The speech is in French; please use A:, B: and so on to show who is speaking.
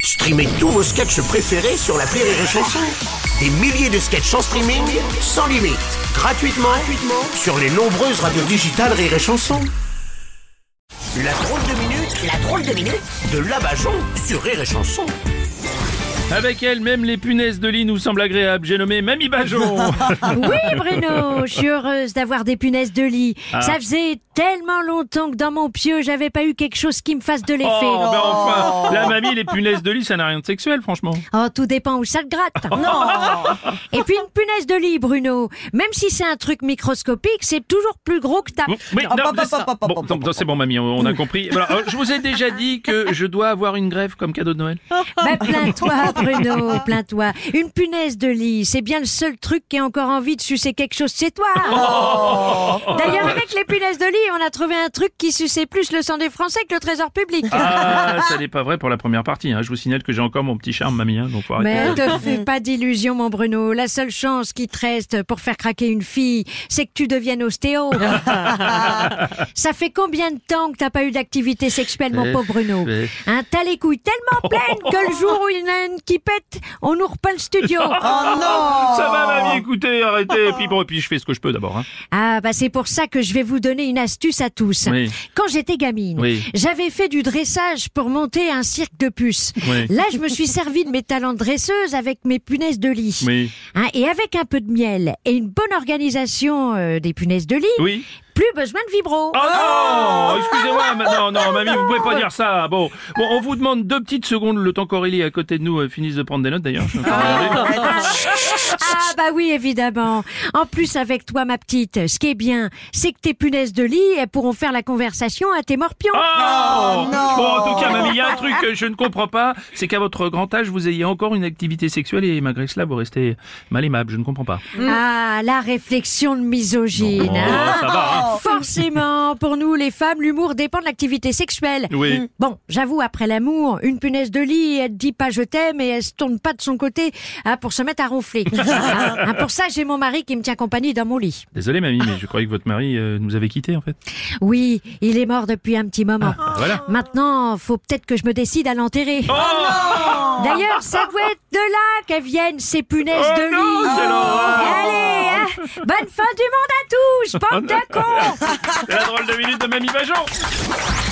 A: Streamez tous vos sketchs préférés sur la Rire et Chanson. Des milliers de sketchs en streaming, sans limite, gratuitement, gratuitement sur les nombreuses radios digitales Rire et Chanson. La drôle de minute, la drôle de minute de Labajon sur Rire et Chanson.
B: Avec elle, même les punaises de lit nous semblent agréables. J'ai nommé Mamie Bajon. Oh,
C: Oui, Bruno, je suis heureuse d'avoir des punaises de lit. Ça faisait tellement longtemps que dans mon pieu, j'avais pas eu quelque chose qui me fasse de l'effet.
B: Oh,
C: Oh,
B: ben enfin La mamie, les punaises de lit, ça n'a rien de sexuel, franchement.
C: Oh, tout dépend où ça te gratte. Non. Et puis une punaise de lit, Bruno. Même si c'est un truc microscopique, c'est toujours plus gros que ta.
B: Bon, mais
D: Ah,
B: non,
D: pop,
B: laisse
D: pop,
B: ça.
D: pop, pop,
B: Bon,
D: pop,
B: non,
D: pop,
B: non, c'est bon, mamie, on on a compris. Voilà, euh, je vous ai déjà dit que je dois avoir une grève comme cadeau de Noël.
C: Ben plains-toi, Bruno, plains-toi. Une punaise de lit, c'est bien le seul truc qui a encore envie de sucer quelque chose chez toi. D'ailleurs, avec les punaises de lit, on a trouvé un truc qui suçait plus le sang des Français que le Trésor public.
B: Ah, ça n'est pas vrai pour la première partie. hein. Je vous signale que j'ai encore mon petit charme, mamie. hein, donc faut arrêter.
C: Mais ne te fais pas d'illusions, mon Bruno. La seule chance qui te reste pour faire craquer une fille, c'est que tu deviennes ostéo. Ça fait combien de temps que t'as pas eu d'activité sexuelle, mon
B: Euh,
C: pauvre Bruno
B: euh.
C: Hein, T'as les couilles tellement pleines que le jour où il y en a une qui pète, on nous repeint le studio.
B: Ça va, mamie, écoutez, arrêtez. Et puis bon, et puis je fais ce que je peux d'abord. hein.
C: Ah bah c'est pour ça que je vais vous donner une astuce à tous.
B: Oui.
C: Quand j'étais gamine,
B: Oui.
C: j'avais fait du dressage pour monter un cirque de puces.
B: Oui.
C: Là, je me suis servi de mes talents de dresseuse avec mes punaises de lit.
B: Oui.
C: Hein, et avec un peu de miel et une bonne organisation euh, des punaises de lit,
B: Oui.
C: plus besoin de vibro.
B: Oh non Excusez-moi, ma- non, non, mamie, vous pouvez pas dire ça. Bon, bon on vous demande deux petites secondes, le temps qu'Aurélie à côté de nous euh, finisse de prendre des notes d'ailleurs. je me fais regarder.
C: Ah bah oui, évidemment. En plus, avec toi, ma petite, ce qui est bien, c'est que tes punaises de lit, elles pourront faire la conversation à tes morpions.
B: Oh
D: non.
B: Bon, en tout cas, mamie, il y a un truc que je ne comprends pas, c'est qu'à votre grand âge, vous ayez encore une activité sexuelle et malgré cela, vous restez mal aimable, je ne comprends pas.
C: Ah, la réflexion de misogyne.
B: Oh,
C: hein.
B: ça va, hein.
C: Forcément, pour nous les femmes, l'humour dépend de l'activité sexuelle.
B: Oui.
C: Mm. Bon, j'avoue, après l'amour, une punaise de lit, elle dit pas je t'aime et elle se tourne pas de son côté hein, pour se mettre à ronfler. Hein, hein, pour ça, j'ai mon mari qui me tient compagnie dans mon lit.
B: Désolé, mamie, mais je croyais que votre mari euh, nous avait quittés, en fait.
C: Oui, il est mort depuis un petit moment.
B: Voilà.
C: Maintenant, faut peut-être que je me décide à l'enterrer. D'ailleurs, ça doit être de là qu'elles viennent ces punaises
B: Oh
C: de lit.
B: non, quelle horreur.
C: Allez, hein, bonne fin du monde à tous, bande de cons
B: C'est la drôle de minute de mamie Bajon